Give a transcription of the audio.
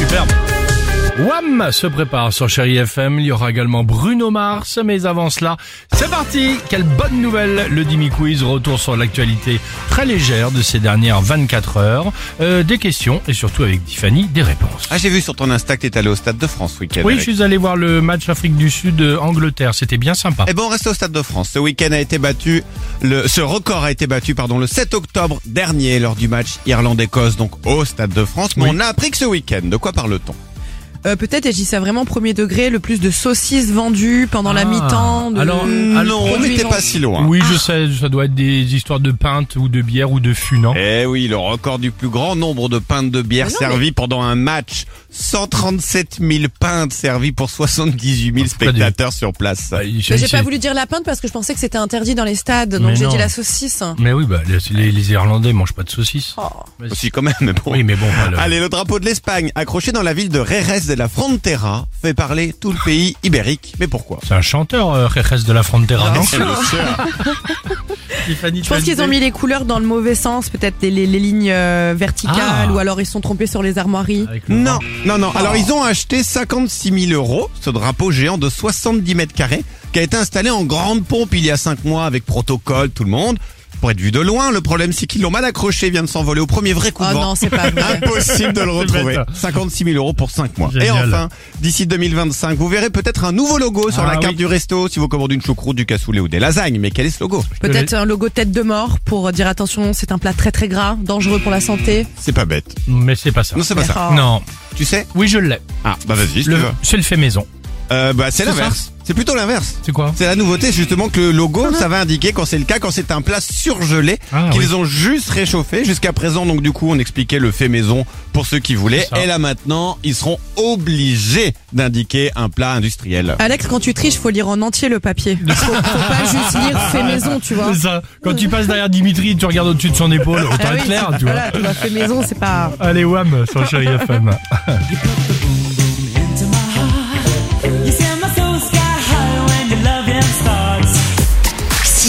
Superbe. Wham se prépare sur Chéri FM. Il y aura également Bruno Mars. Mais avant cela, c'est parti. Quelle bonne nouvelle. Le Dimi Quiz retour sur l'actualité très légère de ces dernières 24 heures. Euh, des questions et surtout avec Tiffany, des réponses. Ah, j'ai vu sur ton Insta que t'es allé au Stade de France ce week-end. Oui, je Eric. suis allé voir le match Afrique du Sud-Angleterre. C'était bien sympa. Eh ben, on reste au Stade de France. Ce week-end a été battu, le, ce record a été battu, pardon, le 7 octobre dernier lors du match Irlande-Écosse, donc au Stade de France. Mais Oui. on a appris que ce week-end, de quoi parle-t-on Euh, peut-être, et je dis ça vraiment premier degré, le plus de saucisses vendues pendant Ah. la mi-temps. de- Alors, ah Non, on produit, n'était non. pas si loin. Oui, Ah. je sais, ça doit être des histoires de pinte ou de bière ou de fût, non Eh oui, le record du plus grand nombre de pintes de bière Mais non, servies pendant un match. 137 000 pintes servies pour 78 000 Pourquoi du- spectateurs sur place. Bah, il- Mais j'ai c'est- pas voulu dire la pinte parce que je pensais que c'était interdit dans les stades, donc Mais j'ai non. dit la saucisse. Mais oui, bah, les, les- les Irlandais mangent pas de saucisses. Oh. Mais- Aussi quand même, mais bon. Oui, mais bon, bah, le- Allez, le drapeau de l'Espagne, accroché dans la ville de Jerez de la Frontera, fait parler tout le pays ibérique. Mais pourquoi C'est un chanteur, euh, Jerez de la Frontera, non Je pense qu'ils ont mis les couleurs dans le mauvais sens, peut-être les, les- les lignes euh, verticales, Ah. ou alors ils se sont trompés sur les armoiries. Non, non, non. Alors, ils ont acheté 56 000 euros, ce drapeau géant de 70 mètres carrés, qui a été installé en grande pompe il y a 5 mois avec protocole, tout le monde. Pour être vu de loin, le problème c'est qu'ils l'ont mal accroché, vient de s'envoler au premier vrai coup Oh de vent. non, c'est pas vrai. Impossible de le retrouver. 56 000 euros pour 5 mois. Et Génial. enfin, d'ici 2025, vous verrez peut-être un nouveau logo sur Ah la carte oui. du resto si vous commandez une choucroute, du cassoulet ou des lasagnes. Mais quel est ce logo Peut-être un logo tête de mort pour dire attention, c'est un plat très très gras, dangereux pour la santé. C'est pas bête. Mais c'est pas ça. Non, c'est pas ça. Oh. Non. Tu sais Oui, je l'ai. Ah, bah vas-y, si Le- tu veux. C'est le fait maison. Euh, bah, c'est C'est ça l'inverse. C'est plutôt l'inverse. C'est quoi C'est la nouveauté justement que le logo, ça va indiquer quand c'est le cas, quand c'est un plat surgelé, Ah, qu'ils ont juste réchauffé. Jusqu'à présent, donc du coup, on expliquait le fait maison pour ceux qui voulaient. C'est ça. Et là maintenant, ils seront obligés d'indiquer un plat industriel. Alex, quand tu triches, faut lire en entier le papier. Faut, faut pas juste lire fait maison, tu vois. C'est ça. Quand tu passes derrière Dimitri, tu regardes au-dessus de son épaule. Autant Ah oui, être clair, tu vois. voilà, tu vois, fait maison, c'est pas. Allez, wham, sur Chéri FM. You send my soul sky high when your loving starts.